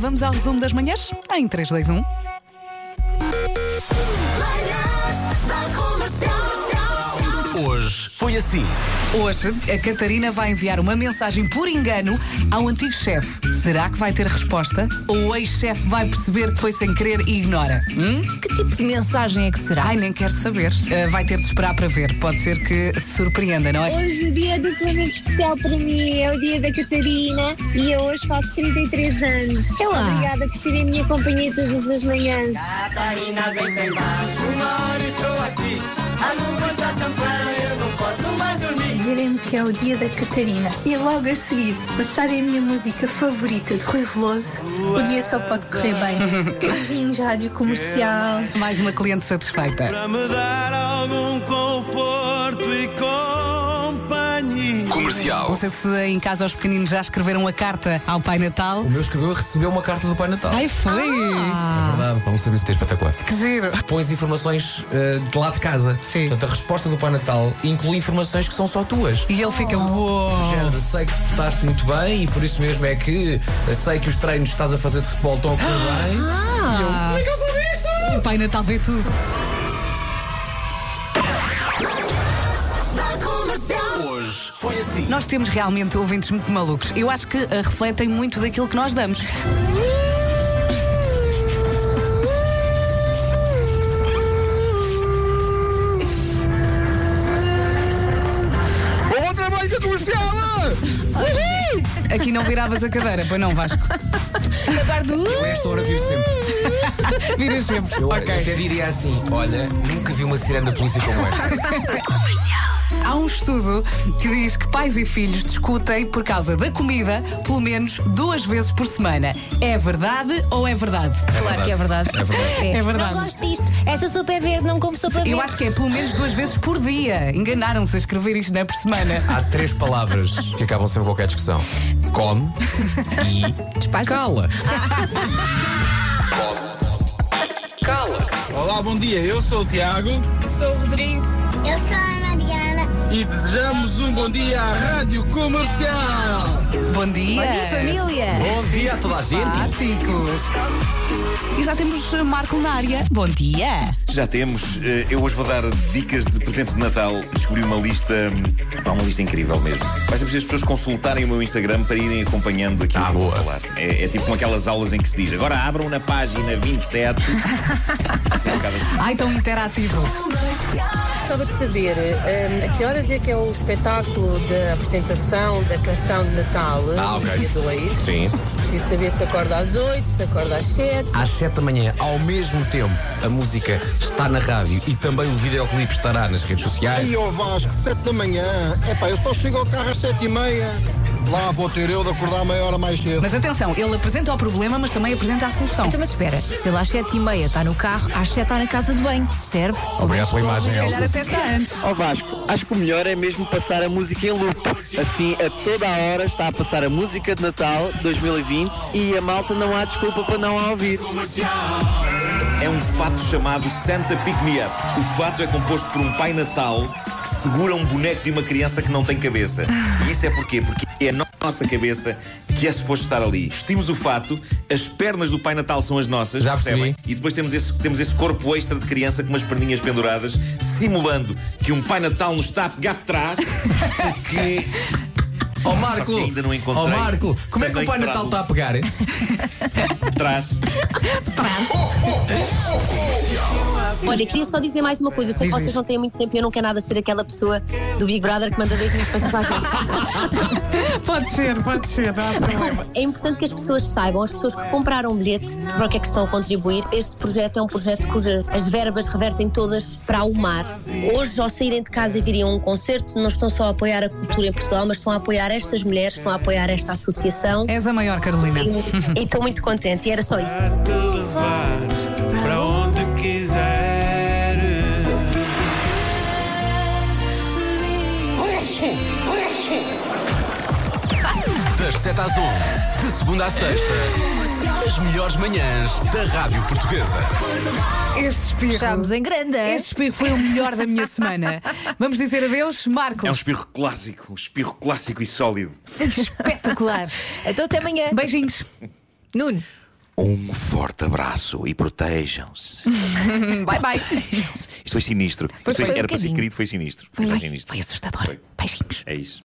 Vamos ao resumo das manhãs em um. 3, 2, 1. Manhãs da Comercial. Hoje foi assim. Hoje, a Catarina vai enviar uma mensagem por engano ao antigo chefe. Será que vai ter resposta? Ou o ex-chefe vai perceber que foi sem querer e ignora? Hum? Que tipo de mensagem é que será? Ai, nem quero saber. Ah, vai ter de esperar para ver. Pode ser que se surpreenda, não é? Hoje o dia do Cunha é especial para mim é o dia da Catarina e eu hoje faço 33 anos. lá. Obrigada por serem a minha companhia todas as manhãs. Catarina vem tentar. Uma hora estou aqui, a lua está tampando, eu não posso mais dormir. dizerem-me que é o dia da Catarina e logo a seguir passarem a minha música favorita de Rui Veloso, o dia só pode correr bem. Beijinhos, rádio comercial. Mais uma cliente satisfeita. Para me dar algum conforto e companhia. Não Comercial. sei se em casa os pequeninos já escreveram a carta ao Pai Natal. O meu escreveu e recebeu uma carta do Pai Natal. Ai, foi! É verdade, para um serviço que é espetacular. Ah, Que giro! Pões informações eh, de lá de casa. Sim. Portanto, a resposta do Pai Natal inclui informações que são só tuas. E ele fica, uou! Género, sei que tu estás muito bem e por isso mesmo é que sei que os treinos que estás a fazer de futebol estão a correr bem. E eu, como é que eu sabia isto? O Pai Natal vê tudo. Manhãs da Comercial. Hoje foi assim. Nós temos realmente ouvintes muito malucos. Eu acho que ah, refletem muito daquilo que nós damos. Bom trabalho da Aqui não viravas a cadeira, pois não, Vasco? Agora do. Esta hora vivo sempre. Viras sempre. Eu Ah. Ok. até diria assim: olha, nunca vi uma sirene da polícia como esta. Há um estudo que diz que pais e filhos discutem por causa da comida pelo menos duas vezes por semana. É verdade ou é verdade? Claro que é verdade. É verdade. É verdade. Não gosto disto. Esta sopa é verde, não como sopa verde. Eu acho que é pelo menos duas vezes por dia. Enganaram-se a escrever isto, não é por semana. Há três palavras que acabam sempre qualquer discussão: come e Despacha. cala. Olá, bom dia. Eu sou o Tiago Eu sou a Mariana. e desejamos um bom dia à Rádio Comercial. Bom dia. Bom dia, família. Bom dia a toda a gente. Fáticos. E já temos eh, Marco na área. Bom dia. Já temos. Eh, Eu hoje vou dar dicas de presentes de Natal. Descobri uma lista. hum, pá, Uma lista incrível mesmo. Vai ser preciso as pessoas consultarem o meu Instagram para irem acompanhando aquilo que eu vou falar. É, é tipo como aquelas aulas em que se diz agora abram na página 27. assim, um bocado assim. Ai, tão interativo. Gostava de saber a que horas é que é o espetáculo da apresentação da canção de Natal, Ah, ok. dia 2. Sim. Preciso saber se acorda às 8, se acorda às 7. Às 7 da manhã, ao mesmo tempo, a música está na rádio e também o videoclipe estará nas redes sociais. Aí, ó Vasco, 7 da manhã. Epá, eu só chego ao carro às 7 e meia. Lá vou ter eu de acordar meia hora mais cedo. Mas atenção, ele apresenta o problema, mas também apresenta a solução. Então, mas espera, se ele às 7h30 está no carro, às 7 está na casa de banho. Serve? Obrigado pela imagem, Se calhar Elsa. até está antes. Ó Vasco, acho que o melhor é mesmo passar a música em loop. Assim, a toda a hora está a passar a música de Natal 2020 e a malta não há desculpa para não a ouvir. É um fato chamado Santa Pick Me Up. O fato é composto por um pai natal que segura um boneco de uma criança que não tem cabeça. E isso é porquê? Porque é a no- nossa cabeça que é suposto estar ali. Vestimos o fato, as pernas do pai natal são as nossas, Já percebem? E depois temos esse, temos esse corpo extra de criança com umas perninhas penduradas, simulando que um pai natal nos está a pegar por trás, porque... Ó Só Marco! que ainda não encontrei. um. Ó Marco, como é que o Pai Também para Natal a está a pegar? Trás. Olha, queria só dizer mais uma coisa. Eu sei que Diz, vocês diz. não têm muito tempo e eu não quero nada ser aquela pessoa do Big Brother que manda beijinhos para toda a gente. Pode ser, pode ser. Não há problema. É importante que as pessoas saibam, as pessoas que compraram um bilhete, para o que é que estão a contribuir. Este projeto é um projeto cujas as verbas revertem todas para o mar. Hoje, ao saírem de casa e virem a um concerto, não estão só a apoiar a cultura em Portugal, mas estão a apoiar estas mulheres, estão a apoiar esta associação. És a maior, Carolina. E- E estou muito contente. E era só isso. Te levar para onde quiseres. Das 7 às 11, de segunda à sexta, as melhores manhãs da Rádio Portuguesa. Este espirro. Estamos em grande. Este espirro foi o melhor da minha semana. Vamos dizer adeus, Marco. É um espirro clássico, um espirro clássico e sólido. Espetacular. Então até amanhã. Beijinhos. Nuno. Um forte abraço e protejam-se. bye bye. Isto foi sinistro. Foi- Isto foi- foi um era para ser bocadinho. querido, foi sinistro. Foi, Foi foi, sinistro. foi assustador. Beijinhos. É isso.